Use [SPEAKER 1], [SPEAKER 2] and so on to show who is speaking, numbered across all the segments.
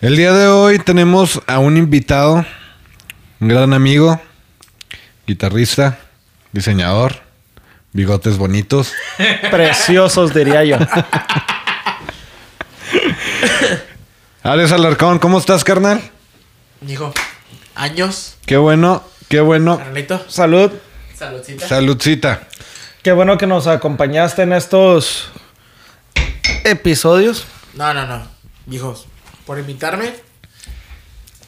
[SPEAKER 1] El día de hoy tenemos a un invitado, un gran amigo, guitarrista, diseñador, bigotes bonitos.
[SPEAKER 2] Preciosos, diría yo.
[SPEAKER 1] Alex Alarcón, ¿cómo estás, carnal?
[SPEAKER 3] Digo, años,
[SPEAKER 1] Qué bueno, qué bueno.
[SPEAKER 3] Carlito.
[SPEAKER 2] Salud.
[SPEAKER 3] Saludcita.
[SPEAKER 1] Saludcita.
[SPEAKER 2] Qué bueno que nos acompañaste en estos episodios.
[SPEAKER 3] no, no, no. Viejos, por invitarme.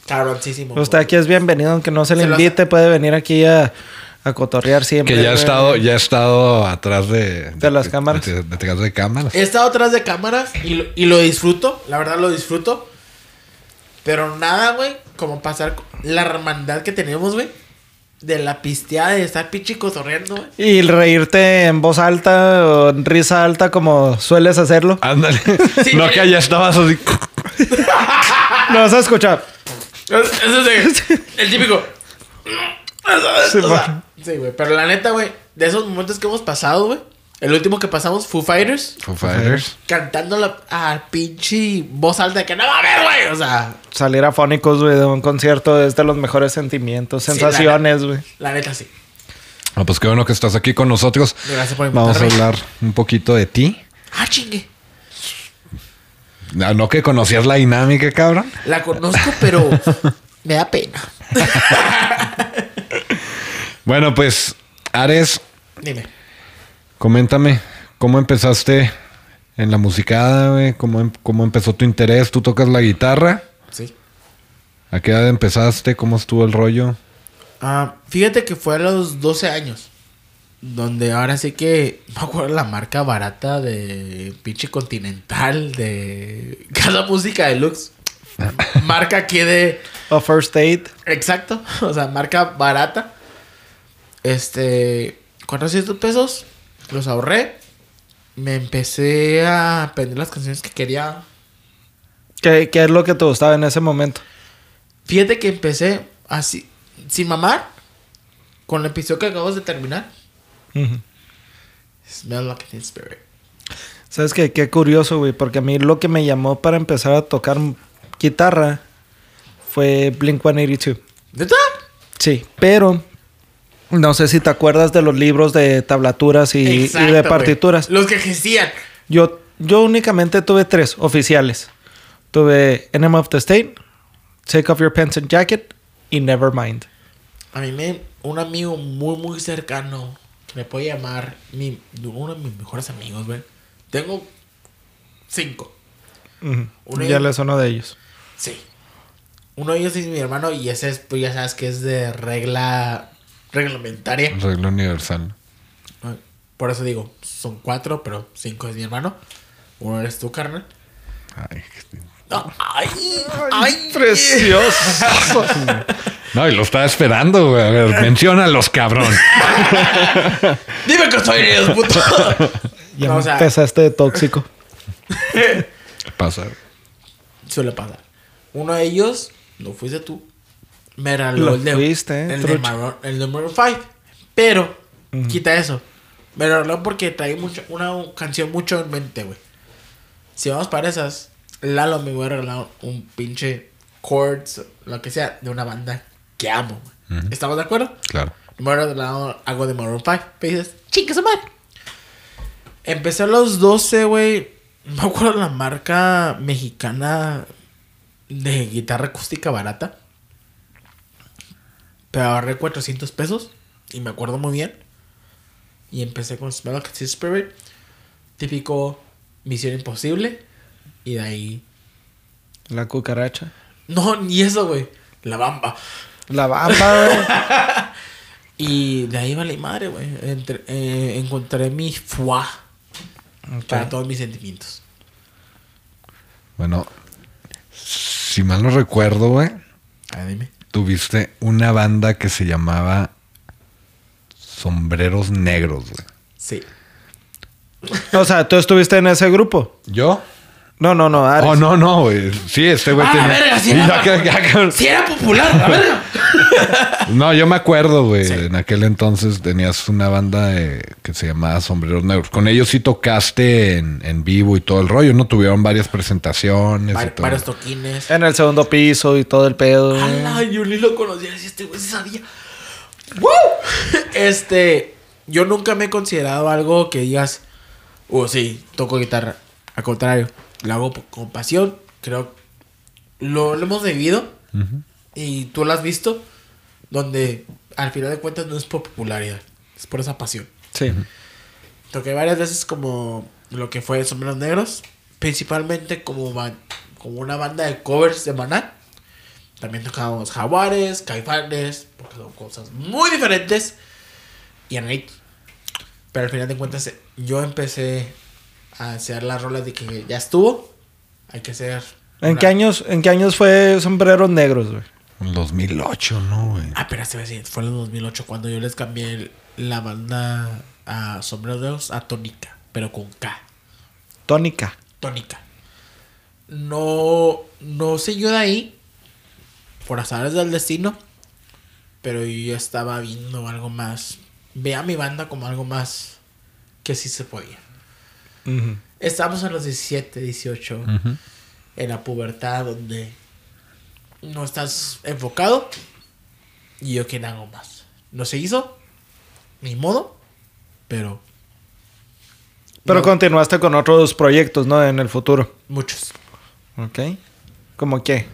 [SPEAKER 3] Cabroncísimo.
[SPEAKER 2] Usted
[SPEAKER 3] güey.
[SPEAKER 2] aquí es bienvenido, aunque no se le
[SPEAKER 3] Se lo-
[SPEAKER 2] invite, puede venir aquí a, a cotorrear siempre.
[SPEAKER 1] Que ya ha
[SPEAKER 2] güey.
[SPEAKER 1] estado, ya ha estado atrás de...
[SPEAKER 2] De las cámaras.
[SPEAKER 1] De, de- de- de cámaras.
[SPEAKER 3] He estado atrás de cámaras y lo, y lo disfruto. La verdad lo disfruto. Pero nada, güey. Como pasar la hermandad que tenemos, güey. De la pisteada de estar pinche cotorreando, güey.
[SPEAKER 2] Y reírte en voz alta o en risa alta como sueles hacerlo.
[SPEAKER 1] Ándale.
[SPEAKER 3] Sí.
[SPEAKER 1] No que allá estabas así.
[SPEAKER 2] No vas a escuchar.
[SPEAKER 3] Eso es de- el típico. O
[SPEAKER 2] Sí,
[SPEAKER 3] sea,
[SPEAKER 2] va.
[SPEAKER 3] sí, güey. Pero la neta, güey. De esos momentos que hemos pasado, güey. El último que pasamos, Foo Fighters.
[SPEAKER 1] Foo Fighters.
[SPEAKER 3] cantando la a pinche voz alta de que no va a haber, güey. O sea,
[SPEAKER 2] Salir afónicos, güey, de un concierto es de los mejores sentimientos,
[SPEAKER 3] Sí, la
[SPEAKER 2] sensaciones, güey.
[SPEAKER 3] la neta sí.
[SPEAKER 1] Ah, pues qué bueno que estás aquí con nosotros.
[SPEAKER 3] Gracias por
[SPEAKER 1] Vamos a
[SPEAKER 3] invitarme.
[SPEAKER 1] hablar un poquito de ti.
[SPEAKER 3] Ah, chingue.
[SPEAKER 1] No, no que conocías la dinámica, cabrón.
[SPEAKER 3] La conozco, pero me da pena.
[SPEAKER 1] Bueno, pues, Ares,
[SPEAKER 3] Dime.
[SPEAKER 1] coméntame cómo empezaste en la musicada, güey? ¿Cómo, em- cómo empezó tu interés. Tú tocas la guitarra.
[SPEAKER 3] Sí.
[SPEAKER 1] ¿A qué edad empezaste? ¿Cómo estuvo el rollo?
[SPEAKER 3] Ah, fíjate que fue a los 12 años. Donde ahora sí que me acuerdo la marca barata de pinche Continental, de Casa Música Deluxe. Marca aquí de.
[SPEAKER 2] O first aid.
[SPEAKER 3] Exacto, o sea, marca barata. Este, 400 pesos, los ahorré. Me empecé a aprender las canciones que quería.
[SPEAKER 2] ¿Qué, qué es lo que te gustaba en ese momento?
[SPEAKER 3] Fíjate que empecé así, sin mamar, con el episodio que acabamos de terminar.
[SPEAKER 2] Ujú.
[SPEAKER 3] Smell like an spirit.
[SPEAKER 2] ¿Sabes qué? Qué curioso, güey, porque a mí lo que me llamó para empezar a tocar guitarra fue Blink 182.
[SPEAKER 3] ¿Neta?
[SPEAKER 2] Sí, pero no sé si te acuerdas de los libros de tablaturas y, y
[SPEAKER 3] Exacto,
[SPEAKER 2] de
[SPEAKER 3] güey.
[SPEAKER 2] partituras.
[SPEAKER 3] Los que existían.
[SPEAKER 2] Yo, yo únicamente tuve tres oficiales. Tuve Enema of the State, Take Off Your Pants and Jacket y Nevermind.
[SPEAKER 3] A mí me, un amigo muy, muy cercano, que me puede llamar mi, uno de mis mejores amigos, güey. Tengo cinco.
[SPEAKER 2] Ujú.
[SPEAKER 3] Uno
[SPEAKER 2] Ya
[SPEAKER 3] y-
[SPEAKER 2] les uno de ellos.
[SPEAKER 3] Sí. Uno de ellos es mi hermano y ese es, pues ya sabes que es de regla reglamentaria.
[SPEAKER 1] El regla universal.
[SPEAKER 3] Por eso digo, son cuatro, pero cinco es mi hermano. Uno eres tú, carnal.
[SPEAKER 1] Ay, qué-
[SPEAKER 3] No, ¡Ay! ¡Ay!
[SPEAKER 2] ¡Precioso!
[SPEAKER 1] No, y lo estaba esperando, güey. A ver, menciónalos, cabrón.
[SPEAKER 3] ¡Dime que soy Dios, puto!
[SPEAKER 2] ya
[SPEAKER 3] No,
[SPEAKER 2] me
[SPEAKER 3] o sea,
[SPEAKER 2] empezaste de tóxico.
[SPEAKER 1] Pasa.
[SPEAKER 3] suele pasar. Uno de ellos, no fuiste tú, me regaló
[SPEAKER 2] Lo
[SPEAKER 3] el de,
[SPEAKER 2] fuiste, eh,
[SPEAKER 3] el, de
[SPEAKER 2] trucho.
[SPEAKER 3] Maroon- el de Maroon 5. Pero, quita eso. Me lo regaló porque trae mucho, una canción mucho en mente, güey. Si vamos para esas, Lalo me voy a regalar un pinche chords, lo que sea, de una banda que amo, güey. ¿Estamos de acuerdo?
[SPEAKER 1] Claro.
[SPEAKER 3] Me voy a regalar algo de Maroon 5. Me dices, chingue su madre. Empecé a los 12, güey. No me acuerdo la marca mexicana de guitarra acústica barata. Pero ahorré 400 pesos. Y me acuerdo muy bien. Y empecé con Smell Like Teen Spirit. Típico Misión Imposible. Y de ahí...
[SPEAKER 2] La cucaracha.
[SPEAKER 3] No, ni eso, güey. La bamba.
[SPEAKER 2] La bamba, güey.
[SPEAKER 3] Y de ahí vale madre, güey. Entre- eh, encontré mi fuá para todos mis sentimientos.
[SPEAKER 1] Bueno, si mal no recuerdo, güey,
[SPEAKER 3] A ver, dime.
[SPEAKER 1] tuviste una banda que se llamaba Sombreros Negros, güey.
[SPEAKER 3] Sí.
[SPEAKER 2] O sea, tú estuviste en ese grupo.
[SPEAKER 1] ¿Yo?
[SPEAKER 2] No, no, no, Ares.
[SPEAKER 1] Oh, no, no, Oh, güey. Sí, este güey
[SPEAKER 3] Ah, la
[SPEAKER 1] tiene-
[SPEAKER 3] verga, sí,
[SPEAKER 1] Y
[SPEAKER 3] la-
[SPEAKER 1] ya que- ya que-
[SPEAKER 3] Si era popular, la verga.
[SPEAKER 1] No, yo me acuerdo, güey.
[SPEAKER 3] Sí.
[SPEAKER 1] En aquel entonces tenías una banda eh, que se llamaba Sombreros Negros. Con ellos sí tocaste en, en vivo y todo el rollo, ¿no? Tuvieron varias presentaciones. y
[SPEAKER 3] Va-
[SPEAKER 1] todo.
[SPEAKER 3] varios toquines.
[SPEAKER 2] En el segundo piso y todo el pedo.
[SPEAKER 3] ¡Hala! Yuli lo conocía así, este güey se sabía. ¡Wow! Este, yo nunca me he considerado algo que digas, oh sí, toco guitarra. Al contrario, lo hago p- con pasión. Creo lo, lo hemos vivido y tú lo has visto, donde al final de cuentas no es por popularidad, es por esa pasión.
[SPEAKER 2] Sí.
[SPEAKER 3] Toqué varias veces como lo que fue Sombreros Negros, principalmente como, ba- como una banda de covers de Maná. También tocábamos Jaguares, Caifanes, porque son cosas muy diferentes. Y Enrique. Pero al final de cuentas, eh, yo empecé a hacer las rolas de que ya estuvo. Hay que hacer.
[SPEAKER 2] ¿En
[SPEAKER 3] una-
[SPEAKER 2] qué, años, ¿En qué años fue Sombreros Negros, güey?
[SPEAKER 1] En 2008, ¿no, güey?
[SPEAKER 3] Ah, pero este sí, fue en el 2008 cuando yo les cambié la banda a Sombreros Negros a Tónica, pero con K.
[SPEAKER 2] Tónica.
[SPEAKER 3] tónica. No, no siguió de ahí por azares del destino, pero yo ya estaba viendo algo más. Ve a mi banda como algo más que sí se podía. Estábamos en los 17, 18,
[SPEAKER 1] Ujú.
[SPEAKER 3] en la pubertad donde no estás enfocado y yo quiero algo más. No se hizo, ni modo, pero
[SPEAKER 2] Pero
[SPEAKER 3] No.
[SPEAKER 2] continuaste con otros proyectos, ¿no? En el futuro.
[SPEAKER 3] muchos.
[SPEAKER 2] Ok. ¿Cómo qué?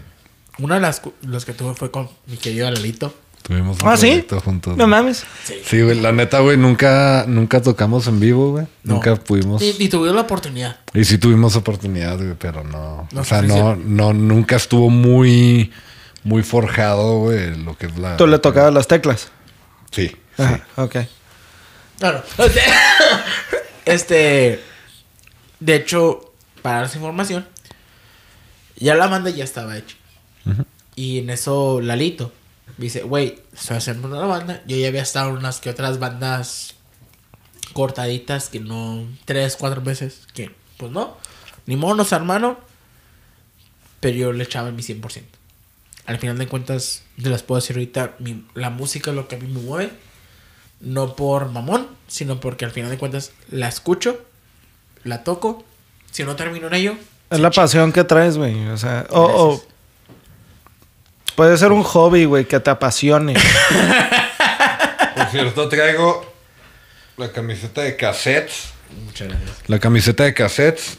[SPEAKER 3] Una de las cu- los que tuve fue con mi querido Lalito.
[SPEAKER 1] Tuvimos un
[SPEAKER 2] ¿Ah, sí?
[SPEAKER 1] proyecto juntos.
[SPEAKER 2] No
[SPEAKER 1] güey.
[SPEAKER 2] mames.
[SPEAKER 3] Sí.
[SPEAKER 1] Sí, güey, la neta, güey, nunca, nunca tocamos en vivo, güey.
[SPEAKER 3] No.
[SPEAKER 1] Nunca pudimos.
[SPEAKER 3] Ni, ni tuvieron la oportunidad.
[SPEAKER 1] Y sí tuvimos oportunidad, güey, pero no.
[SPEAKER 3] No
[SPEAKER 1] o sea,
[SPEAKER 3] fue
[SPEAKER 1] no,
[SPEAKER 3] suficiente.
[SPEAKER 1] no, nunca estuvo muy, muy forjado, güey, lo que es la.
[SPEAKER 2] Tú le tocabas las teclas.
[SPEAKER 1] Sí.
[SPEAKER 2] Ajá. Ok.
[SPEAKER 3] Claro. Este. De hecho, para darse información, ya la banda ya estaba hecha. Y en eso Lalito me dice, güey, estoy haciendo una banda. Yo ya había estado en unas que otras bandas cortaditas que no, tres, cuatro meses, que pues no, ni monos, hermano. Pero yo le echaba mi 100%. Al final de cuentas, te las puedo decir ahorita, mi- la música es lo que a mí me mueve no por mamón, sino porque al final de cuentas la escucho, la toco, si no termino en ello,
[SPEAKER 2] Es la pasión que traes, güey. O sea, o, o- puede ser un hobby, güey, que te apasione.
[SPEAKER 1] Por cierto, traigo la camiseta de cassettes.
[SPEAKER 3] muchas gracias.
[SPEAKER 1] La camiseta de cassettes.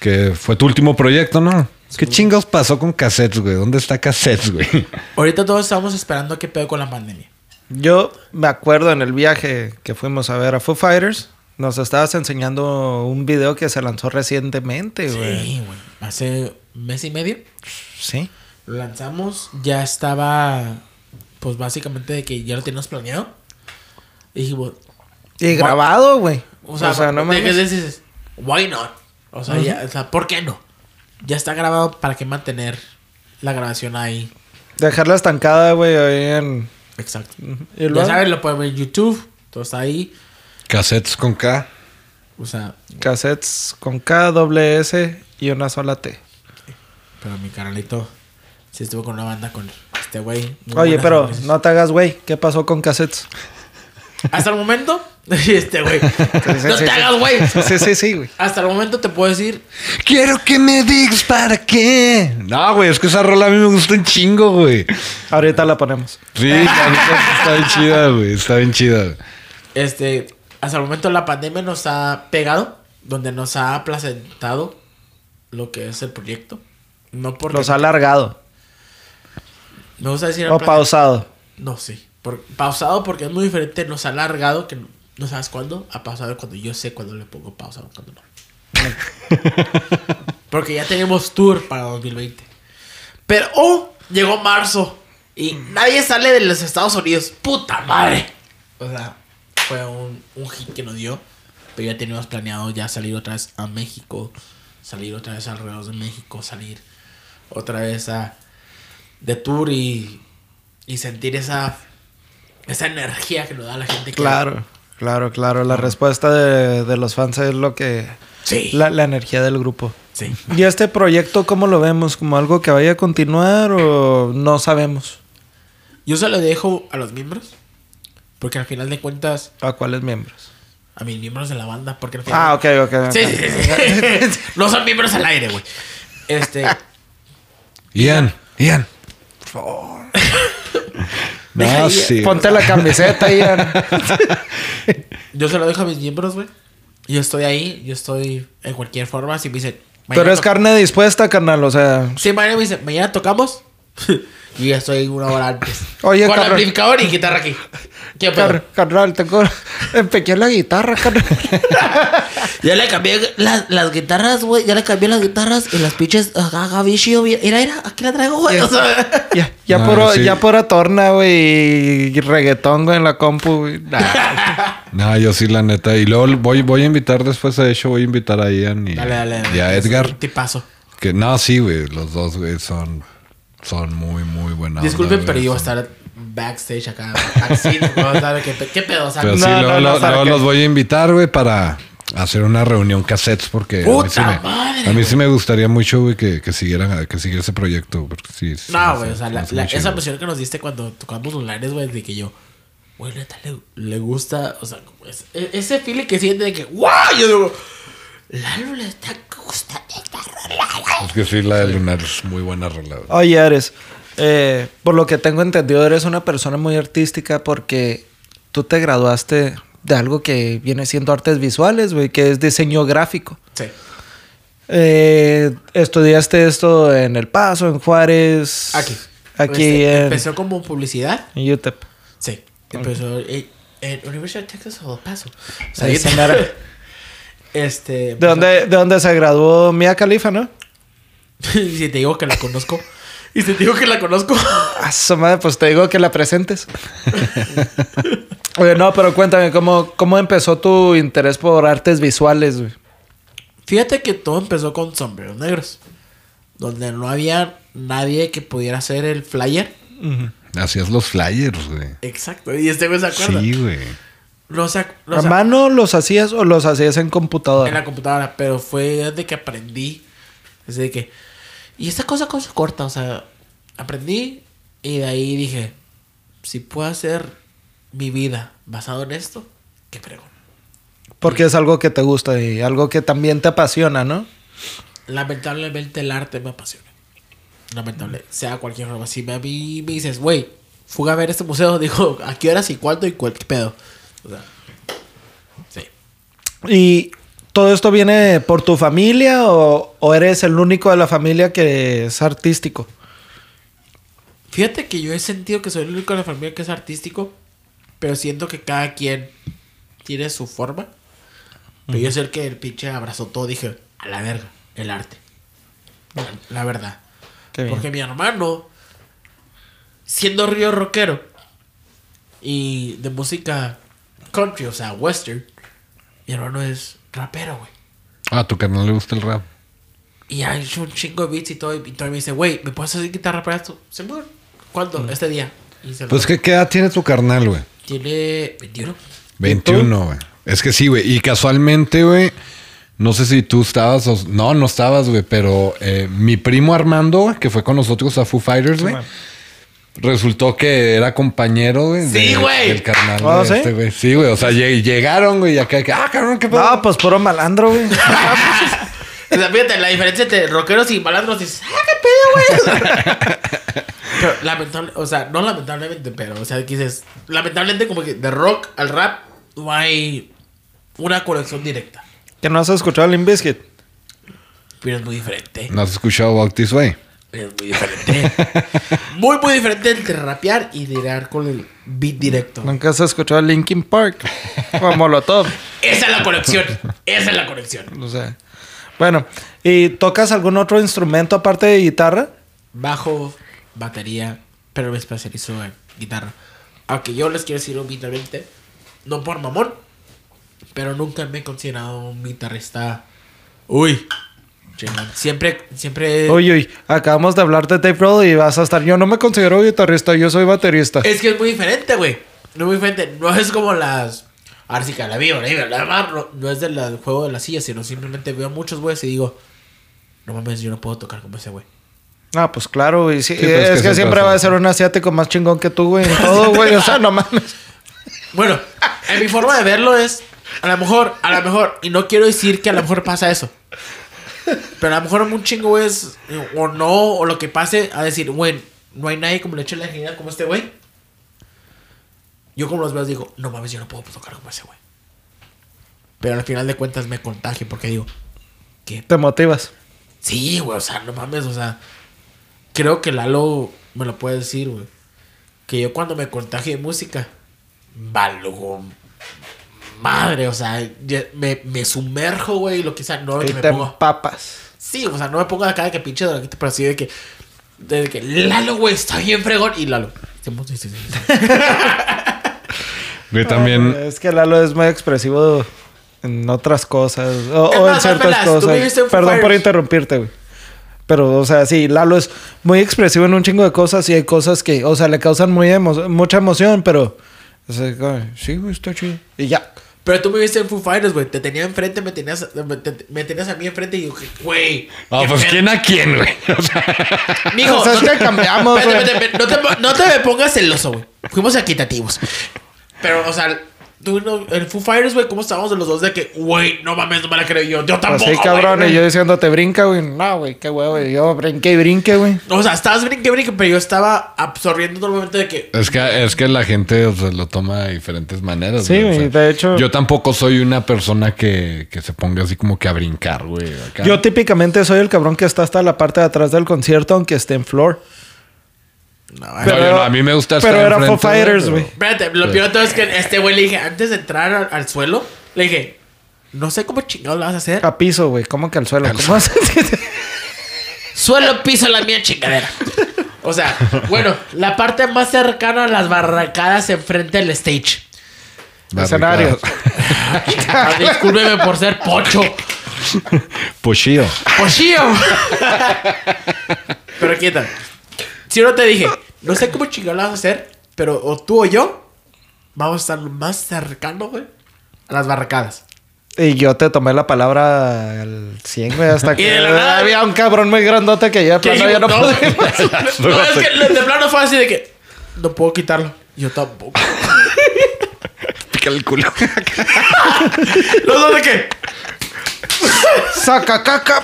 [SPEAKER 1] Que fue tu último proyecto, ¿no? ¿Qué chingados pasó con cassettes, güey? ¿Dónde está cassettes, güey?
[SPEAKER 3] Ahorita todos estamos esperando qué pedo con la pandemia.
[SPEAKER 2] Yo me acuerdo en el viaje que fuimos a ver a Foo Fighters, nos estabas enseñando un video que se lanzó recientemente, güey.
[SPEAKER 3] Sí, güey. Hace mes y medio
[SPEAKER 2] Sí.
[SPEAKER 3] lo lanzamos, ya estaba, pues básicamente de que ya lo teníamos planeado. Y dijimos,
[SPEAKER 2] Y grabado, güey.
[SPEAKER 3] o sea,
[SPEAKER 2] no
[SPEAKER 3] de que
[SPEAKER 2] mames.
[SPEAKER 3] dices, why not? O sea, ya, o sea, ¿por qué no? Ya está grabado, ¿para qué mantener la grabación ahí?
[SPEAKER 2] Dejarla estancada, güey, ahí en...
[SPEAKER 3] Exacto.
[SPEAKER 2] ¿Y luego?
[SPEAKER 3] Ya sabes, lo pueden ver en YouTube, todo está ahí.
[SPEAKER 1] Cassettes con K.
[SPEAKER 3] O sea,
[SPEAKER 2] Cassettes con K, doble S y una sola T.
[SPEAKER 3] pero mi canalito sí estuvo con una banda con este güey. Muy
[SPEAKER 2] Oye,
[SPEAKER 3] buenas
[SPEAKER 2] pero
[SPEAKER 3] sorpresas.
[SPEAKER 2] no te hagas, güey. ¿Qué pasó con cassettes?
[SPEAKER 3] Hasta el momento, este güey.
[SPEAKER 2] sí,
[SPEAKER 3] no
[SPEAKER 2] sí,
[SPEAKER 3] te
[SPEAKER 2] sí.
[SPEAKER 3] hagas, güey.
[SPEAKER 2] Sí, sí, sí, güey.
[SPEAKER 3] Hasta el momento te puedo decir,
[SPEAKER 1] Quiero que me digas para qué. No, güey, es que esa rola a mí me gusta un chingo, güey.
[SPEAKER 2] Ahorita la ponemos.
[SPEAKER 1] Sí, la neta, está bien chida, güey. Está bien chida. güey.
[SPEAKER 3] este, hasta el momento la pandemia nos ha pegado, donde nos ha aplacentado lo que es el proyecto. No porque
[SPEAKER 2] Los ha alargado
[SPEAKER 3] me gusta decir
[SPEAKER 2] o
[SPEAKER 3] aplacent-
[SPEAKER 2] pausado.
[SPEAKER 3] No, sí. Por- pausado porque es muy diferente, nos ha alargado, que no, no sabes cuándo, a pausado cuando yo sé cuándo le pongo pausado, cuándo no. porque ya tenemos tour para 2020. Pero, oh, llegó marzo y nadie sale de los Estados Unidos. ¡Puta madre! O sea, fue un, un hit que nos dio, pero ya teníamos planeado ya salir otra vez a México, salir otra vez alrededor de México, salir otra vez a de tour y y sentir esa esa energía que nos da la gente. que-
[SPEAKER 2] Claro, claro, claro. La respuesta de, de los fans es lo que...
[SPEAKER 3] Sí.
[SPEAKER 2] La, la energía del grupo.
[SPEAKER 3] Sí.
[SPEAKER 2] ¿Y este proyecto cómo lo vemos? ¿Como algo que vaya a continuar o no sabemos?
[SPEAKER 3] Yo se lo dejo a los miembros. Porque al final de cuentas,
[SPEAKER 2] ¿A cuáles miembros?
[SPEAKER 3] a mis miembros de la banda. Porque al final
[SPEAKER 2] Ah, ok, ok. ok.
[SPEAKER 3] Sí, sí, sí, sí. No son miembros al aire, güey. Este.
[SPEAKER 1] Ian, Ian. Por
[SPEAKER 3] Deja
[SPEAKER 1] favor. No,
[SPEAKER 3] ahí-
[SPEAKER 1] sí.
[SPEAKER 2] Ponte la camiseta, Ian.
[SPEAKER 3] Yo se lo dejo a mis miembros, güey. Yo estoy ahí, yo estoy en cualquier forma. Si me dicen.
[SPEAKER 2] Tú
[SPEAKER 3] mañana
[SPEAKER 2] eres
[SPEAKER 3] to-
[SPEAKER 2] carne dispuesta, carnal. O sea,
[SPEAKER 3] Si mañana me dicen, mañana tocamos. yo ya estoy una hora antes.
[SPEAKER 2] Oye,
[SPEAKER 3] Con
[SPEAKER 2] cabrón.
[SPEAKER 3] amplificador y guitarra aquí. ¿Qué pedo?
[SPEAKER 2] car- carnal, tengo. Empequé la guitarra, carnal.
[SPEAKER 3] Ya le cambié las, las guitarras, güey. Ya le cambié las guitarras y las pinches. Ajá, Gavicio. Mira, mira, aquí la traigo, güey. O sea,
[SPEAKER 2] Ya, ya,
[SPEAKER 1] No,
[SPEAKER 2] puro,
[SPEAKER 1] sí.
[SPEAKER 2] ya pura torna, güey. Y reggaetón, güey, en la compu, güey. Nah.
[SPEAKER 1] No, yo sí, la neta. Y luego voy, voy a invitar después a hecho, voy a invitar a Ian y,
[SPEAKER 3] dale, dale.
[SPEAKER 1] y a Edgar.
[SPEAKER 3] Te paso.
[SPEAKER 1] Que no, sí, güey. Los dos, güey, son, son muy, muy buenas.
[SPEAKER 3] Disculpen, pero yo voy a estar backstage acá. backseat, güey, o sea, ¿Qué, pe- qué pedo? O sea,
[SPEAKER 1] Pero
[SPEAKER 2] No,
[SPEAKER 1] sí,
[SPEAKER 2] no,
[SPEAKER 1] luego,
[SPEAKER 2] no,
[SPEAKER 1] lo-
[SPEAKER 2] ¿para
[SPEAKER 1] luego
[SPEAKER 2] qué?
[SPEAKER 1] los voy a invitar, güey, para hacer una reunión cassettes porque a mí,
[SPEAKER 3] Puta
[SPEAKER 1] sí
[SPEAKER 3] madre,
[SPEAKER 1] me, a mí
[SPEAKER 3] güey.
[SPEAKER 1] sí me gustaría mucho, güey, que, que siguieran, que siguiera ese proyecto. Porque sí, sí,
[SPEAKER 3] No,
[SPEAKER 1] sí,
[SPEAKER 3] güey, o sea,
[SPEAKER 1] sí,
[SPEAKER 3] la-
[SPEAKER 1] sí,
[SPEAKER 3] la-
[SPEAKER 1] muy chido,
[SPEAKER 3] esa
[SPEAKER 1] güey.
[SPEAKER 3] emoción que nos diste cuando tocamos los lares, güey, de que yo, güey, neta, le, le gusta, o sea, como es- e- ese feeling que siente de que, ¡guau! Yo digo, Lalo le está gustando esta rola, güey".
[SPEAKER 1] Es que sí, la de Lunar es muy buena rola, güey.
[SPEAKER 2] Oye, eres. eh, por lo que tengo entendido, eres una persona muy artística porque tú te graduaste de algo que viene siendo artes visuales, güey, que es diseño gráfico.
[SPEAKER 3] Sí.
[SPEAKER 2] Eh, estudiaste esto en El Paso, en Juárez.
[SPEAKER 3] Aquí.
[SPEAKER 2] Aquí
[SPEAKER 3] Este,
[SPEAKER 2] en,
[SPEAKER 3] Empezó como publicidad.
[SPEAKER 2] en UTEP.
[SPEAKER 3] Sí. Empezó en, en Universidad de Texas o El Paso. O
[SPEAKER 2] Ahí
[SPEAKER 3] yo-
[SPEAKER 2] se mira.
[SPEAKER 3] este.
[SPEAKER 2] ¿De
[SPEAKER 3] empezó-
[SPEAKER 2] dónde, ¿De dónde se graduó Mia Khalifa, no?
[SPEAKER 3] y si te digo que la conozco. Y si te digo que la conozco.
[SPEAKER 2] A su madre, pues te digo que la presentes. Oye, no, pero cuéntame, ¿cómo, cómo empezó tu interés por artes visuales, güey?
[SPEAKER 3] Fíjate que todo empezó con sombreros negros. Donde no había nadie que pudiera hacer el flyer.
[SPEAKER 1] Hacías los flyers, güey.
[SPEAKER 3] Exacto. Y este güey se acuerda.
[SPEAKER 1] Sí, güey.
[SPEAKER 3] No se ac- no
[SPEAKER 2] ¿A
[SPEAKER 3] se-
[SPEAKER 2] mano los hacías o los hacías en computadora?
[SPEAKER 3] en la computadora. Pero fue desde que aprendí. Desde que. Y esta cosa, cosa corta. O sea, aprendí. Y de ahí dije: Si puedo hacer mi vida basado en esto, qué fregón.
[SPEAKER 2] Porque es algo que te gusta y algo que también te apasiona, ¿no?
[SPEAKER 3] Lamentablemente el arte me apasiona. Lamentable. Sea cualquier forma. Si me, a mí me dices, güey, fuga a ver este museo, digo, ¿a qué horas y cuánto y cuál qué pedo? O sea, sí.
[SPEAKER 2] ¿Y todo esto viene por tu familia o, o eres el único de la familia que es artístico?
[SPEAKER 3] Fíjate que yo he sentido que soy el único de la familia que es artístico, pero siento que cada quien tiene su forma. Pero yo soy el que el pinche abrazó todo, dije, a la verga, el arte. La, la verdad.
[SPEAKER 2] Qué bien.
[SPEAKER 3] Porque mi hermano, siendo río rockero y de música country, o sea, western, mi hermano es rapero, güey.
[SPEAKER 1] Ah, a tu carnal le gusta el rap.
[SPEAKER 3] Y ha hecho un chingo de beats y todo. Y todavía me dice, güey, ¿me puedes hacer guitarra para esto? Simón, ¿cuándo?
[SPEAKER 2] Mm.
[SPEAKER 3] Este día. Y se lo-
[SPEAKER 1] Pues, ¿qué, qué edad tiene tu carnal, güey?
[SPEAKER 3] Tiene 21.
[SPEAKER 1] 21, güey. Es que sí, güey. Y casualmente, güey, no sé si tú estabas o... No, no estabas, güey, pero eh, mi primo Armando, güey, que fue con nosotros a Foo Fighters, güey, resultó que era compañero, güey.
[SPEAKER 3] Sí,
[SPEAKER 1] de-
[SPEAKER 3] güey.
[SPEAKER 1] Del carnal
[SPEAKER 2] Ah,
[SPEAKER 1] de
[SPEAKER 2] ¿sí?
[SPEAKER 1] este, güey. Sí, güey. O sea, lleg- llegaron, güey, y acá... que, Ah, cabrón, qué pedo.
[SPEAKER 2] No, pues puro malandro, güey.
[SPEAKER 3] O sea, fíjate, la diferencia entre rockeros y malandros es, ¡ah, qué pedo, güey! pero lamentable, o sea, no lamentablemente, pero, o sea, que dices, lamentablemente como que de rock al rap no hay una conexión directa,
[SPEAKER 2] que no has escuchado Limp Bizkit.
[SPEAKER 3] pero es muy diferente.
[SPEAKER 1] ¿No has escuchado Walk This Way?
[SPEAKER 2] Ah,
[SPEAKER 3] Es muy diferente. muy, muy diferente entre rapear y tirar con el beat directo.
[SPEAKER 2] Nunca has escuchado Linkin Park o Molotov.
[SPEAKER 3] Esa es la conexión. Esa es la conexión.
[SPEAKER 2] O sea, bueno, ¿y tocas algún otro instrumento aparte de guitarra?
[SPEAKER 3] bajo, batería, pero me especializo en guitarra. Aunque yo les quiero decir humildemente, no por mamón, pero nunca me he considerado un guitarrista. Uy, chingón. Siempre, siempre.
[SPEAKER 2] Uy, uy, acabamos de hablar de Dave Grohl y vas a estar. Yo no me considero guitarrista, yo soy baterista.
[SPEAKER 3] Es que es muy diferente, güey. No es muy diferente. No es como las. Ahora sí que la vi, ahora sí que la mar- no, no es del del juego de la silla, sino simplemente veo a muchos güeyes y digo, no mames, yo no puedo tocar como ese güey.
[SPEAKER 2] Ah, pues claro, güey. Sí,
[SPEAKER 1] Sí, pero
[SPEAKER 2] es,
[SPEAKER 1] es que
[SPEAKER 2] que,
[SPEAKER 1] sí
[SPEAKER 2] siempre
[SPEAKER 1] pasa.
[SPEAKER 2] va a ser un asiático más chingón que tú, güey. En todo, güey. O sea, no mames.
[SPEAKER 3] Bueno, en mi forma de verlo es, a lo mejor, a lo mejor, y no quiero decir que a lo mejor pasa eso. Pero a lo mejor un chingo es, eh, o no, o lo que pase, a decir, güey, no hay nadie como le eche la genial como este güey. Yo como los veo digo, no mames, yo no puedo tocar como ese güey. Pero al final de cuentas me contagio porque digo, ¿qué
[SPEAKER 2] Te motivas.
[SPEAKER 3] Sí, güey, o sea, no mames, o sea. Creo que Lalo me lo puede decir, güey. Que yo cuando me contagie de música, valgo madre, o sea, ya- me, me sumerjo, güey, y lo que sea, no de
[SPEAKER 2] Y
[SPEAKER 3] que me
[SPEAKER 2] te
[SPEAKER 3] pongo.
[SPEAKER 2] empapas.
[SPEAKER 3] Sí, o sea, no me pongo acá de que pinche droguito, pero así de que. De que Lalo, güey, está bien fregón. Y Lalo. sí, sí, sí, sí, sí.
[SPEAKER 1] Güey, también.
[SPEAKER 2] Es que Lalo es muy expresivo en otras cosas. O,
[SPEAKER 3] Es
[SPEAKER 2] o en
[SPEAKER 3] más,
[SPEAKER 2] ciertas
[SPEAKER 3] Alpelas, tú
[SPEAKER 2] cosas.
[SPEAKER 3] viviste en Foo
[SPEAKER 2] Perdón por
[SPEAKER 3] Fighters.
[SPEAKER 2] interrumpirte, güey. Pero, o sea, sí, Lalo es muy expresivo en un chingo de cosas y hay cosas que, o sea, le causan muy emo- mucha emoción, pero. o sea, güey, sí, güey, está chido. Y ya.
[SPEAKER 3] Pero tú me viste en Foo Fighters, güey. Te tenía enfrente, me tenías, me, te- me tenías a mí enfrente y yo, güey.
[SPEAKER 1] Ah,
[SPEAKER 3] qué
[SPEAKER 1] pues
[SPEAKER 3] pedo.
[SPEAKER 1] quién a quién, güey. O sea,
[SPEAKER 3] Mijo,
[SPEAKER 2] O sea, es que cambiamos,
[SPEAKER 3] Espérate,
[SPEAKER 2] güey.
[SPEAKER 3] espérate, espérate, no, te, no te me pongas celoso, güey. Fuimos equitativos. Pero, o sea, tú no, el Foo Fighters, güey, ¿cómo estábamos de los dos? De que, güey, no mames, no me la creo yo. Yo tampoco.
[SPEAKER 2] Así, Pues cabrón.
[SPEAKER 3] güey.
[SPEAKER 2] Y yo diciéndote, brinca, güey. No, güey, qué huevo. Y yo brinqué y brinqué, güey.
[SPEAKER 3] O sea, estabas brinque, brinque, pero yo estaba absorbiendo todo el momento de que.
[SPEAKER 1] es, que, es que la gente o sea, lo toma de diferentes maneras.
[SPEAKER 2] Sí,
[SPEAKER 1] O sea,
[SPEAKER 2] güey, de hecho-
[SPEAKER 1] Yo tampoco soy una persona que, que se ponga así como que a brincar, güey. acá.
[SPEAKER 2] Yo típicamente soy el cabrón que está hasta la parte de atrás del concierto, aunque esté en floor.
[SPEAKER 3] No,
[SPEAKER 1] No, yo no, a mí me gusta estar
[SPEAKER 2] Pero era Foo
[SPEAKER 1] enfrente,
[SPEAKER 2] Fighters,
[SPEAKER 1] pero-
[SPEAKER 2] güey.
[SPEAKER 3] Espérate, lo peor de todo es que este güey le dije, antes de entrar al, al suelo, le dije, no sé cómo chingados lo vas a hacer.
[SPEAKER 2] A piso, güey. ¿Cómo que al suelo? ¿Cómo haces?
[SPEAKER 3] Suelo, piso, la mía chingadera. O sea, bueno, la parte más cercana a las barracadas enfrente del stage.
[SPEAKER 2] Escenario.
[SPEAKER 3] Ah, Discúlpeme por ser pocho. Pues
[SPEAKER 1] Pushio.
[SPEAKER 3] ¡Pochillo! pero quieta. Si no te dije, no sé cómo chingados lo vas a hacer, pero o tú o yo vamos a estar lo más cercano, güey, a las barracadas.
[SPEAKER 2] Y yo te tomé la palabra al 100, güey, hasta
[SPEAKER 3] Y
[SPEAKER 2] que
[SPEAKER 3] de la nada-
[SPEAKER 2] había un cabrón muy grandote que ya de
[SPEAKER 3] Que
[SPEAKER 2] plano ya
[SPEAKER 3] dijimos,
[SPEAKER 2] no
[SPEAKER 3] no,
[SPEAKER 2] podía.
[SPEAKER 3] no, no, es que de plano fue así de que no puedo quitarlo. Yo tampoco.
[SPEAKER 1] Pica el culo.
[SPEAKER 3] Los dos de que
[SPEAKER 2] Saca caca.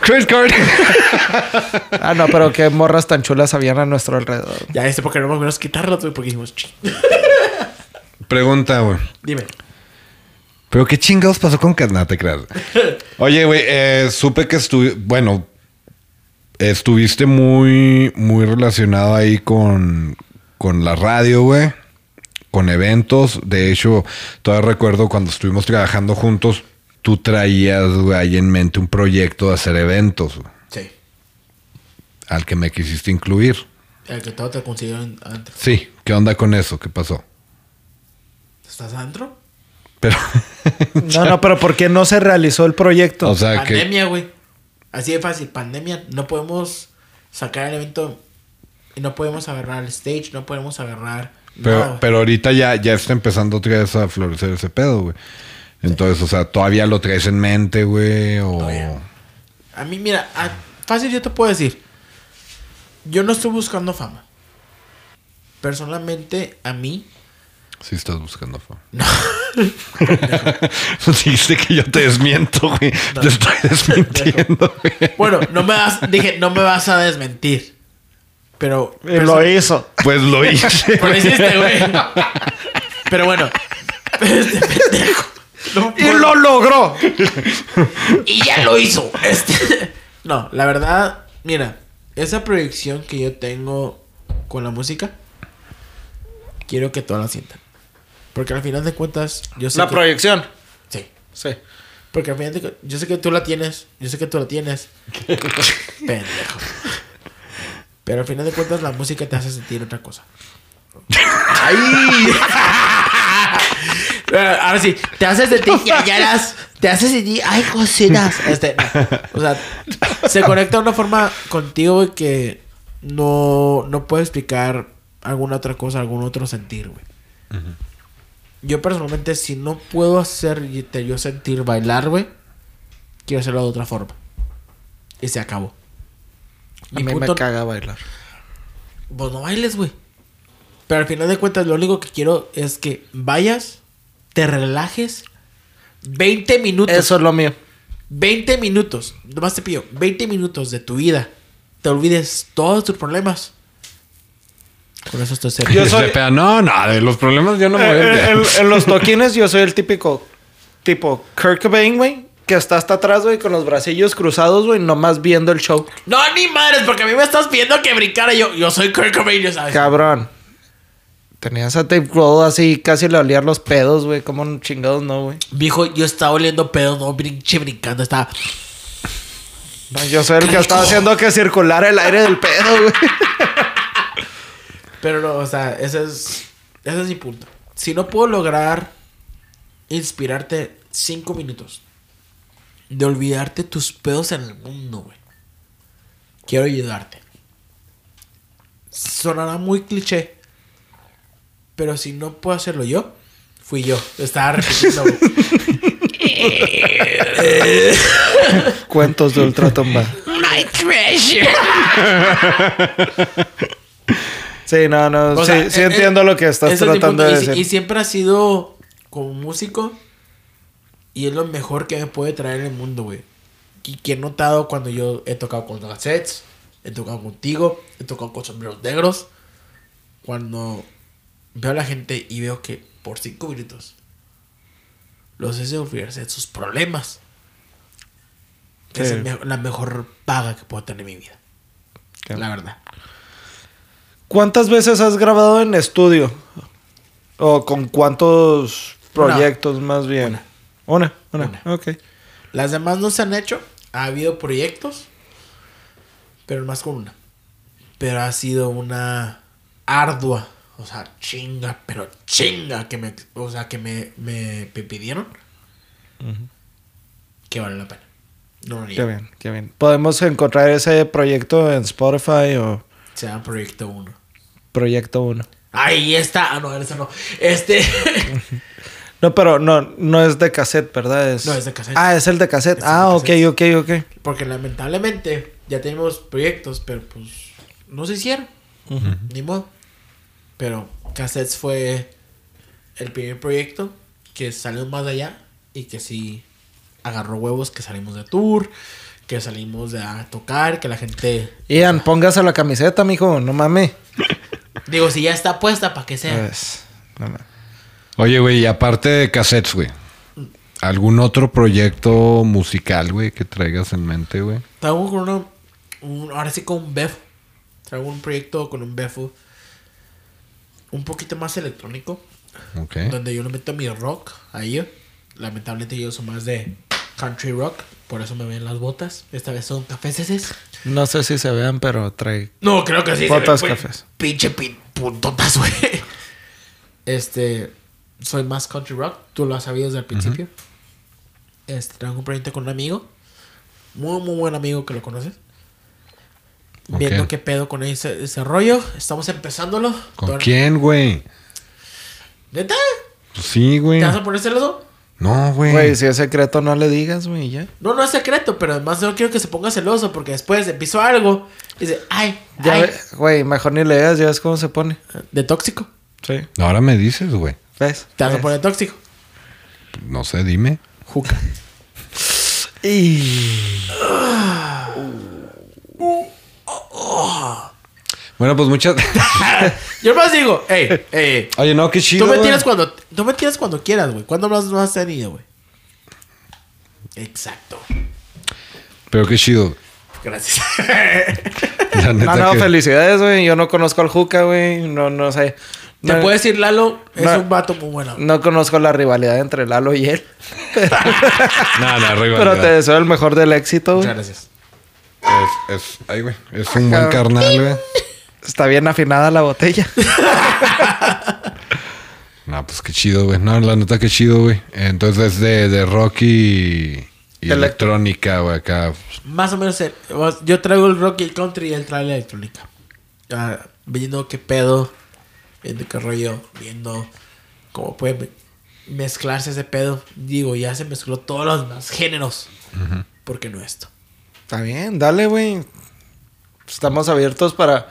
[SPEAKER 1] Chris Card.
[SPEAKER 2] ah, no, pero qué morras tan chulas habían a nuestro alrededor.
[SPEAKER 3] ya este porque no más o menos quitarlo, güey, porque dijimos, "Chin".
[SPEAKER 1] Pregunta, güey.
[SPEAKER 3] dime.
[SPEAKER 1] Pero qué chingados pasó con Carnate, te creas. Oye, güey, eh, supe que estuve. Bueno, estuviste muy, muy relacionado ahí con, con la radio, güey. Con eventos. De hecho, todavía recuerdo cuando estuvimos trabajando juntos, tú traías, güey, ahí en mente un proyecto de hacer eventos, güey,
[SPEAKER 3] Sí.
[SPEAKER 1] al que me quisiste incluir.
[SPEAKER 3] El que todo te consiguieron antes.
[SPEAKER 1] Sí, ¿qué onda con eso? ¿Qué pasó?
[SPEAKER 3] ¿Estás adentro?
[SPEAKER 1] Pero.
[SPEAKER 2] No, no, pero ¿por qué no se realizó el proyecto?
[SPEAKER 1] o sea, que.
[SPEAKER 3] pandemia, güey. Así de fácil, pandemia. No podemos sacar el evento. y No podemos agarrar el stage, no podemos agarrar. nada,
[SPEAKER 1] Pero,
[SPEAKER 3] güey.
[SPEAKER 1] pero ahorita ya, ya está empezando otra vez a florecer ese pedo, güey. Entonces, o sea, todavía lo traes en mente, güey, o...
[SPEAKER 3] Todavía. A mí, mira, a- fácil yo te puedo decir. Yo no estoy buscando fama. Personalmente, a mí.
[SPEAKER 1] Sí estás buscando fama.
[SPEAKER 3] No.
[SPEAKER 1] Dijiste que yo te desmiento, güey. Te estoy desmintiendo, güey.
[SPEAKER 3] Bueno, no me vas. Dije, no me vas a desmentir. Pero.
[SPEAKER 2] Y Eh, lo hizo.
[SPEAKER 1] Pues lo hice,
[SPEAKER 3] Pero lo
[SPEAKER 1] güey.
[SPEAKER 3] hiciste, güey. Pero bueno. Este pendejo. No
[SPEAKER 2] Y lo logró.
[SPEAKER 3] y ya lo hizo. Este- No, la verdad, mira, esa proyección que yo tengo con la música, quiero que todas la sientan. Porque al final de cuentas, yo sé que-
[SPEAKER 2] proyección.
[SPEAKER 3] Sí.
[SPEAKER 2] Sí.
[SPEAKER 3] Porque al final de cu- yo sé que tú la tienes, yo sé que tú la tienes. Pendejo. Pero al final de cuentas la música te hace sentir otra cosa. ¡Ay! Bueno, Ahora sí, te hace sentir yayaras, te hace sentir, ay, cositas. Este, no. O sea, se conecta de una forma contigo güey, que no, no puedo explicar alguna otra cosa, algún otro sentir, güey. Yo personalmente, si no puedo hacerte yo sentir bailar, güey, quiero hacerlo de otra forma. Y se acabó.
[SPEAKER 2] A mí me
[SPEAKER 3] puto-
[SPEAKER 2] caga bailar.
[SPEAKER 3] Vos pues no bailes, güey. Pero al final de cuentas, lo único que quiero es que vayas, te relajes. 20 minutos.
[SPEAKER 2] Eso es lo mío.
[SPEAKER 3] 20 minutos. Nomás te pido, 20 minutos de tu vida. Te olvides todos tus problemas. Con eso estoy
[SPEAKER 1] Yo
[SPEAKER 3] seguro.
[SPEAKER 2] soy-
[SPEAKER 1] No, no, de los problemas yo no me voy a
[SPEAKER 2] Eh,
[SPEAKER 1] olvidar.
[SPEAKER 2] en, en los toquines yo soy el típico tipo Kirk Cobain, güey, que está hasta atrás, güey, con los bracillos cruzados, güey, nomás viendo el show.
[SPEAKER 3] No, ni madres, porque a mí me estás pidiendo que brincara. Yo, yo soy Kirk Cobain, ya ¿sabes?
[SPEAKER 2] Cabrón. Tenías a Dave Grohl así, casi le olían los pedos, güey. Como chingados no, güey.
[SPEAKER 3] Dijo, yo estaba oliendo pedo, no brinche brincando. Estaba.
[SPEAKER 2] No, Yo soy el que estaba haciendo que circular el aire del pedo, güey.
[SPEAKER 3] Pero no, o sea, ese es, ese es mi punto. Si no puedo lograr inspirarte cinco minutos de olvidarte tus pedos en el mundo, güey. Quiero ayudarte. Sonará muy cliché. Pero si no puedo hacerlo yo, fui yo. Estaba repitiendo, güey.
[SPEAKER 2] Cuentos de ultratumba.
[SPEAKER 3] My treasure.
[SPEAKER 2] Sí, no, no.
[SPEAKER 3] O
[SPEAKER 2] sí
[SPEAKER 3] sea,
[SPEAKER 2] sí
[SPEAKER 3] eh,
[SPEAKER 2] entiendo
[SPEAKER 3] eh,
[SPEAKER 2] lo que estás
[SPEAKER 3] ese es mi
[SPEAKER 2] tratando de
[SPEAKER 3] punto. Y si-
[SPEAKER 2] decir.
[SPEAKER 3] Y, siempre ha sido como músico. Y es lo mejor que me puede traer en el mundo, güey. Y que he notado cuando yo he tocado con los sets, he tocado contigo, he tocado con sombreros negros. Cuando veo a la gente y veo que por cinco minutos los hace olvidarse de sus problemas.
[SPEAKER 2] Sí.
[SPEAKER 3] Es el me- la mejor paga que puedo tener en mi vida. La verdad.
[SPEAKER 2] ¿Cuántas veces has grabado en estudio? ¿O con cuántos proyectos más bien? Una. Una,
[SPEAKER 3] Una.
[SPEAKER 2] Ok.
[SPEAKER 3] Las demás no se han hecho. Ha habido proyectos. Pero más con una. Pero ha sido una ardua. O sea, chinga, pero chinga que me, o sea, que me, me, me pidieron. Que vale la pena. No lo
[SPEAKER 2] Qué
[SPEAKER 3] niego.
[SPEAKER 2] bien, qué bien. Podemos encontrar ese proyecto en Spotify o
[SPEAKER 3] Se llama Proyecto 1.
[SPEAKER 2] Proyecto 1.
[SPEAKER 3] Ahí está. Ah, no, esa no. Este.
[SPEAKER 2] No, pero no, no es de cassette, ¿verdad?
[SPEAKER 3] No, es de cassette.
[SPEAKER 2] Ah, es el de cassette.
[SPEAKER 3] Es el
[SPEAKER 2] ah,
[SPEAKER 3] de
[SPEAKER 2] ok, ok, ok.
[SPEAKER 3] Porque lamentablemente ya tenemos proyectos, pero pues no se hicieron. Ni modo. Pero Cassettes fue el primer proyecto que salió más allá y que sí agarró huevos, que salimos de tour, que salimos de a tocar, que la gente...
[SPEAKER 2] Ian, póngase la camiseta, mijo. No mames.
[SPEAKER 3] Digo, si ya está puesta, ¿para que sea?
[SPEAKER 2] Pues, no mames.
[SPEAKER 1] Oye, güey, y aparte de cassettes, güey. ¿Algún otro proyecto musical, güey, que traigas en mente, güey?
[SPEAKER 3] Traigo con uno, un- ahora sí con un befo. Traigo un proyecto con un befo un poquito más electrónico.
[SPEAKER 1] Ok.
[SPEAKER 3] Donde yo le meto mi rock a ello. Lamentablemente yo soy más de country rock. Por eso me ven las botas. Esta vez son caféses.
[SPEAKER 2] No sé si se vean, pero trae.
[SPEAKER 3] No, creo que sí. se
[SPEAKER 2] Botas
[SPEAKER 3] ve, güey.
[SPEAKER 2] cafés.
[SPEAKER 3] Pinche pin, puntotas, güey. Este, soy más country rock. Tú lo has sabido desde el principio. Este, tengo un proyecto con un amigo. Muy, muy buen amigo que lo conoces.
[SPEAKER 1] Ok.
[SPEAKER 3] Viendo qué pedo con ese, ese rollo. Estamos empezándolo.
[SPEAKER 1] ¿Con
[SPEAKER 3] Todavía-
[SPEAKER 1] quién, güey?
[SPEAKER 3] ¿Neta?
[SPEAKER 1] Pues sí, güey.
[SPEAKER 3] ¿Te vas a poner celoso?
[SPEAKER 1] No,
[SPEAKER 2] Güey,
[SPEAKER 1] güey.
[SPEAKER 2] si es secreto, no le digas, güey, ya.
[SPEAKER 3] No, no es secreto, pero además no quiero que se ponga celoso porque después empiezo algo y dice, ay,
[SPEAKER 2] Ya,
[SPEAKER 3] ay,
[SPEAKER 2] ve- güey, mejor ni le digas, ya ves cómo se pone.
[SPEAKER 3] de tóxico.
[SPEAKER 2] Sí.
[SPEAKER 1] Ahora me dices, güey.
[SPEAKER 2] ¿Ves?
[SPEAKER 3] Te vas a
[SPEAKER 2] ¿Ves?
[SPEAKER 3] poner tóxico.
[SPEAKER 1] No sé, dime.
[SPEAKER 3] Juca.
[SPEAKER 2] Y...
[SPEAKER 1] Bueno, pues muchas.
[SPEAKER 3] Yo más digo, hey, hey,
[SPEAKER 1] Oye, no, qué chido.
[SPEAKER 3] tú me
[SPEAKER 1] güey.
[SPEAKER 3] tiras cuando, tú me tiras cuando quieras, güey. ¿Cuándo más no has tenido, güey? Exacto.
[SPEAKER 1] Pero qué chido.
[SPEAKER 3] Gracias.
[SPEAKER 1] La
[SPEAKER 2] No,
[SPEAKER 1] neta
[SPEAKER 2] no,
[SPEAKER 1] que-
[SPEAKER 2] felicidades, güey. Yo no conozco al Juca, güey. No, no sé.
[SPEAKER 3] Te
[SPEAKER 2] No-
[SPEAKER 3] puedo decir, Lalo, es
[SPEAKER 2] No.
[SPEAKER 3] un vato muy bueno.
[SPEAKER 2] No conozco la rivalidad entre Lalo y él.
[SPEAKER 1] No, no, arriba,
[SPEAKER 2] Pero te
[SPEAKER 1] arriba.
[SPEAKER 2] deseo el mejor del éxito, güey.
[SPEAKER 3] Muchas gracias.
[SPEAKER 1] Es, es, ay, güey. Es un buen carnal, güey.
[SPEAKER 2] Está bien afinada la botella.
[SPEAKER 1] No, pues qué chido, güey. No, la neta, qué chido, güey. Entonces, de, de rock y, y
[SPEAKER 2] Electro.
[SPEAKER 1] electrónica, güey, acá.
[SPEAKER 3] Más o menos, el- yo traigo el rock y el country y él trae la electrónica. Ah, viendo qué pedo, viendo qué rollo, viendo cómo puede me- mezclarse ese pedo. Digo, ya se mezcló todos los demás géneros. ¿Por qué no esto?
[SPEAKER 2] Está bien, dale, güey. estamos abiertos para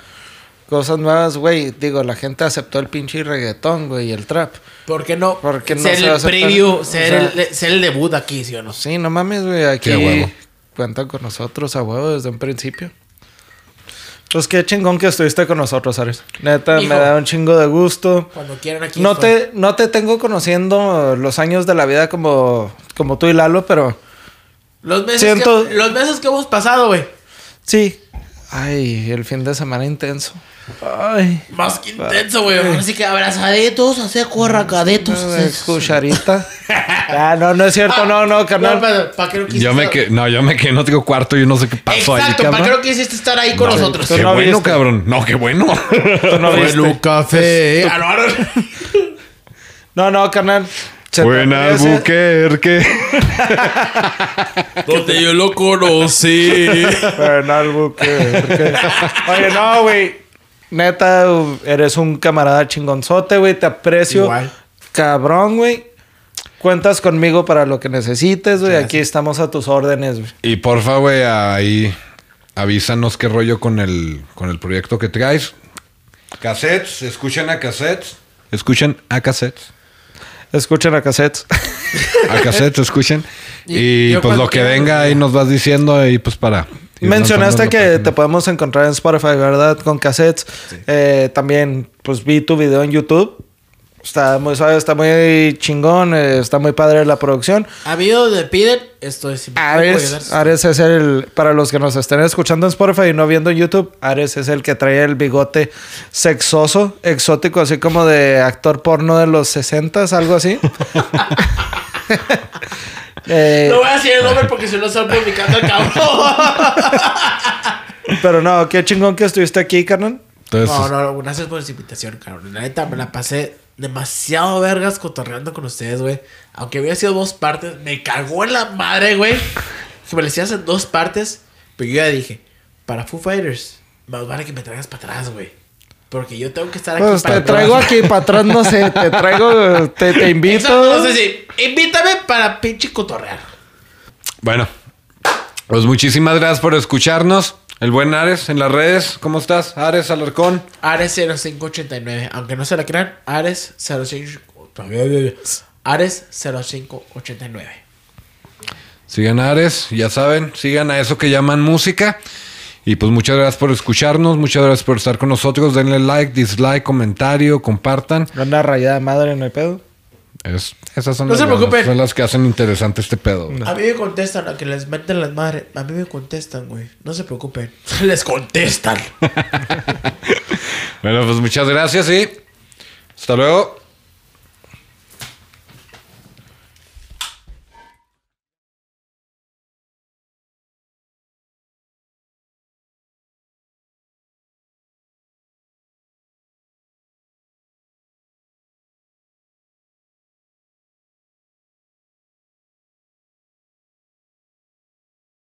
[SPEAKER 2] cosas nuevas, güey. Digo, la gente aceptó el pinche reggaetón, güey, y el trap.
[SPEAKER 3] ¿Por qué no?
[SPEAKER 2] ¿Por qué no
[SPEAKER 3] ser
[SPEAKER 2] se va a
[SPEAKER 3] el
[SPEAKER 2] aceptar?
[SPEAKER 3] preview,
[SPEAKER 2] O
[SPEAKER 3] ser,
[SPEAKER 2] sea-
[SPEAKER 3] el, ser el debut aquí, ¿sí o no?
[SPEAKER 2] Sí, no mames, güey. Aquí
[SPEAKER 1] Sí, a huevo.
[SPEAKER 2] cuentan con nosotros a huevo desde un principio. Pues qué chingón que estuviste con nosotros, Ares. Neta,
[SPEAKER 3] Hijo.
[SPEAKER 2] me da un chingo de gusto.
[SPEAKER 3] Cuando quieran aquí.
[SPEAKER 2] No
[SPEAKER 3] estoy.
[SPEAKER 2] te, no te tengo conociendo los años de la vida como, como tú y Lalo, pero
[SPEAKER 3] Los meses,
[SPEAKER 2] Siento-
[SPEAKER 3] que, los meses que hemos pasado, güey.
[SPEAKER 2] sí. Ay, el fin de semana intenso. Ay.
[SPEAKER 3] Más que intenso, güey. Así que abrazaditos, así corracaditos. así.
[SPEAKER 2] Cucharita. Ah, no, no es cierto, no, no,
[SPEAKER 3] No,
[SPEAKER 2] carnal.
[SPEAKER 3] pero, ¿para qué no quisiste
[SPEAKER 1] Yo me
[SPEAKER 3] estar-
[SPEAKER 1] quedé, no, yo me quedé en otro cuarto, yo no sé qué pasó ahí,
[SPEAKER 3] Exacto, ¿para qué
[SPEAKER 1] cabrón.
[SPEAKER 3] no quisiste estar ahí con nosotros?
[SPEAKER 2] tú
[SPEAKER 1] Qué
[SPEAKER 2] no
[SPEAKER 1] bueno,
[SPEAKER 2] viste.
[SPEAKER 1] cabrón. No, qué bueno.
[SPEAKER 2] no viste.
[SPEAKER 3] café. Ah, no, no.
[SPEAKER 2] No, no, carnal. Se-
[SPEAKER 1] Buen
[SPEAKER 2] ese-
[SPEAKER 1] Albuquerque.
[SPEAKER 4] Donde yo lo conocí.
[SPEAKER 2] En algo que. que- Oye, no, güey. Neta, eres un camarada chingonzote, güey. Te aprecio.
[SPEAKER 3] Igual.
[SPEAKER 2] Cabrón, güey. Cuentas conmigo para lo que necesites, güey. Aquí estamos a tus órdenes, güey.
[SPEAKER 1] Y porfa, güey, ahí avísanos qué rollo con el, con el proyecto que traes. Cassettes, escuchen a cassettes. Escuchen a cassettes.
[SPEAKER 2] Escuchen a cassettes.
[SPEAKER 1] A cassettes, escuchen.
[SPEAKER 3] Y-
[SPEAKER 1] Y,
[SPEAKER 3] yo
[SPEAKER 1] pues lo
[SPEAKER 3] cuando
[SPEAKER 1] que
[SPEAKER 3] quiera,
[SPEAKER 1] venga
[SPEAKER 3] güey.
[SPEAKER 1] ahí nos vas diciendo y pues para. ir
[SPEAKER 2] Mencionaste
[SPEAKER 1] lanzando
[SPEAKER 2] que
[SPEAKER 1] la
[SPEAKER 2] te
[SPEAKER 1] página.
[SPEAKER 2] podemos encontrar en Spotify, ¿verdad? Con cassettes. Eh, también, pues vi tu video en YouTube. Está muy suave, está muy chingón, eh, está muy padre la producción.
[SPEAKER 3] Amigo de piden, estoy sin
[SPEAKER 2] Ares, Ares es el, para los que nos estén escuchando en Spotify y no viendo en YouTube, Ares es el que trae el bigote sexoso, exótico, así como de actor porno de los 60 algo así. Eh,
[SPEAKER 3] No voy a decir el nombre porque si no están publicando el cabrón.
[SPEAKER 2] pero no, qué chingón que estuviste aquí, carnal.
[SPEAKER 1] Entonces,
[SPEAKER 3] No, no, no, gracias por su invitación, cabrón. La neta, me la pasé demasiado vergas cotorreando con ustedes, güey. Aunque hubiera sido dos partes, me cagó en la madre, güey. Que me lo hicieras en dos partes. Pero yo ya dije, para Foo Fighters, más vale que me traigas para atrás, güey. Porque yo tengo que estar aquí
[SPEAKER 2] Pues
[SPEAKER 3] para
[SPEAKER 2] te traigo
[SPEAKER 3] atrás.
[SPEAKER 2] aquí para atrás, no sé, te traigo, te, te
[SPEAKER 3] Exacto,
[SPEAKER 2] invito.
[SPEAKER 3] no sé si- invítame para pinche cotorrear.
[SPEAKER 1] Bueno, pues muchísimas gracias por escucharnos. El buen Ares en las redes. ¿Cómo estás? Ares Alarcón.
[SPEAKER 3] Ares 0589. Aunque no se la crean, Ares 05... Ares 0589.
[SPEAKER 1] Sigan a Ares, ya saben, sigan a eso que llaman música. Y pues muchas gracias por escucharnos, muchas gracias por estar con nosotros. Denle like, dislike, comentario, compartan.
[SPEAKER 2] Una rayada de madre, no hay pedo.
[SPEAKER 1] Es- esas son,
[SPEAKER 3] No
[SPEAKER 1] las,
[SPEAKER 3] se
[SPEAKER 1] buenas,
[SPEAKER 3] preocupen.
[SPEAKER 1] son las que hacen interesante este pedo. güey.
[SPEAKER 3] A mí me contestan, a que les meten las madres. A mí me contestan, güey. No se preocupen. Les contestan.
[SPEAKER 1] Bueno, pues muchas gracias y hasta luego.